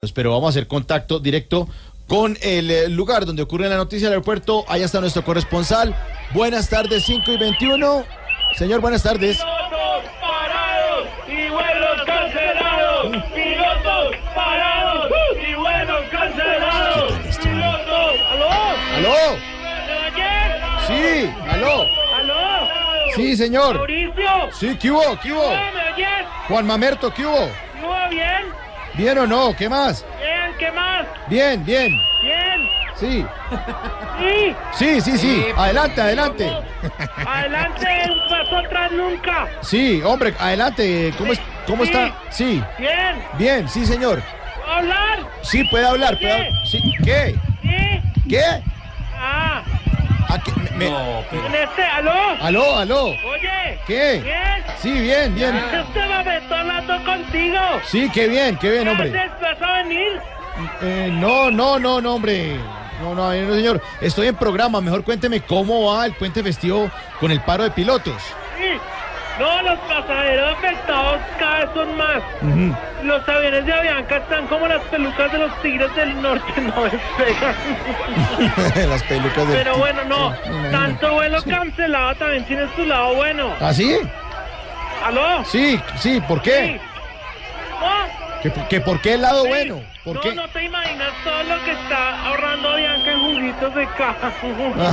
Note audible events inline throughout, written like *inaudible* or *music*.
Pues, Pero vamos a hacer contacto directo con el eh, lugar donde ocurre la noticia del aeropuerto. Allá está nuestro corresponsal. Buenas tardes, 5 y 21. Señor, buenas tardes. Pilotos parados y vuelos cancelados. Pilotos parados y vuelos cancelados. Pilotos. ¿Aló? ¿Aló? ¿Ayer? Sí, aló. ¿Aló? Sí, señor. Mauricio. Sí, ¿qué hubo? ¿Qué hubo? ¿Cómo ayer? Juan Mamerto, ¿qué hubo? ¿Estuvo bien? ¿Bien o no? ¿Qué más? Bien, ¿qué más? Bien, bien. Bien. Sí, Sí. sí, sí, sí. Adelante, adelante. Adelante, un paso atrás nunca. Sí, hombre, adelante. ¿Cómo, es- cómo está? Sí, Bien. bien, sí, señor. ¿Hablar? Sí, puede hablar. Puede hablar. Sí, ¿Qué? Sí. ¿Qué? Ah. ¿A qué? Me- me- En este, ¿aló? Aló, aló. Oye. Ah. ¿Qué? Bien. Sí, bien, bien. Este momento hablando contigo. Sí, qué bien, qué bien, hombre. Gracias, vas a venir. Eh, no, no, no, no, hombre. No, no, no, señor. Estoy en programa. Mejor cuénteme cómo va el puente festivo con el paro de pilotos. Sí. No, los pasajeros afectados cada vez son más. Ujú. *laughs* Los aviones de Avianca están como las pelucas de los tigres del norte, *laughs* no despegan. Las pelucas de. Pero bueno, no. Tanto vuelo cancelado también tiene su lado bueno. ¿Ah, sí? ¿Aló? Sí, sí, ¿por Sí. qué? ¿No? ¿Que, que por qué el lado Sí. bueno? ¿Por no, qué? no te imaginas todo lo que está ahorrando Avianca en juguitos de caja.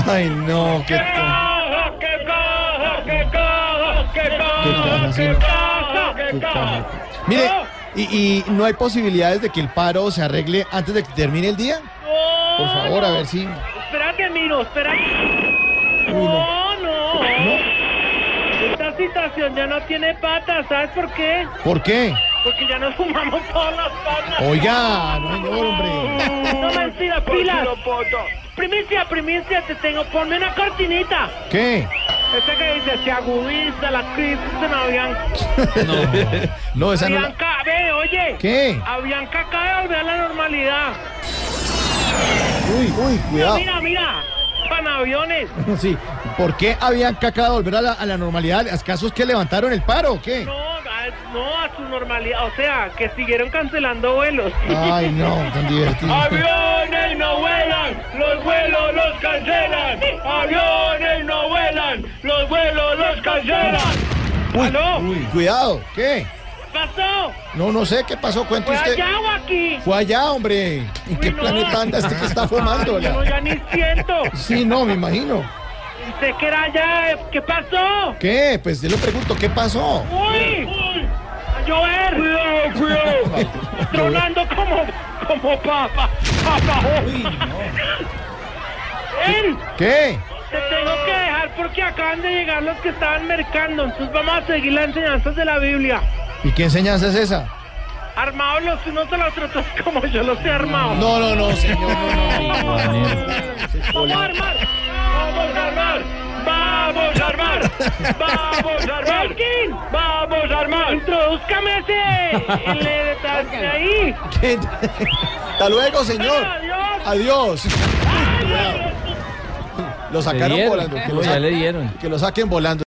Ay, no, ¡Que qué. caja, que caja, que caja, que caja, caja, sí. que caja, que caja! Mire, No, y, y no hay posibilidades de que el paro se arregle antes de que termine el día? no, Por favor, no. a ver si. Espera que miro, espera. no. No, no. Esta situación ya no tiene patas, ¿sabes por qué? ¿Por qué? Porque ya nos fumamos todas las patas. Oiga, no, señor, Oh, hombre. No mentira, pilas. Primicia, primicia, te tengo. Ponme una cortinita. ¿Qué? Esta que dice, se agudiza la crisis en Avianca. No, esa no. la- Avianca, ve, oye. ¿Qué? Avianca acaba de volver a la normalidad. Uy, uy, cuidado. Mira, mira, panaviones. Sí. ¿Por qué habían que acaba de volver a la, a la normalidad? ¿Acaso es que levantaron el paro o qué? No, a, no a su normalidad, o sea, que siguieron cancelando vuelos. Ay, no, tan divertido. Aviones no vuelan, los vuelos los cancelan. Aviones no vuelan, los vuelos los cancelan. ¿Aló? Uy, cuidado. ¿Qué? ¿Pasó? No, no sé qué pasó, cuente ¿Fue usted. allá o aquí? Fue allá, hombre. ¿En qué Uy, no. planeta anda este que está fumando? Yo no, la- ya ni *laughs* siento. Sí, no, me imagino. Pensé que era allá, eh, ¿qué pasó? ¿Qué? Pues yo le pregunto, ¿qué pasó? ¡Uy! ¡A llover! ¡Cuidado, cuidado! *laughs* Tronando como, como papa. papa. *laughs* ¡Él! ¿Qué? Te tengo que dejar porque acaban de llegar los que estaban mercando. Entonces vamos a seguir las enseñanzas de la Biblia. ¿Y qué enseñanza es esa? Armados los unos a los otros *laughs* como yo los he armado. No, no, no, señor, no, no, no. ¡Vamos a armar! ¡Vamos a armar! ¡Vamos a armar! ¡Vamos a armar! ¡Vamos a armar! ¡Introduzcame *laughs* ese! el- el- ¡Ahí! ¿Qué? Hasta luego, señor. Adiós. ¡Adiós! Lo sacaron volando. Que lo, ya sa- le dieron. que lo saquen volando.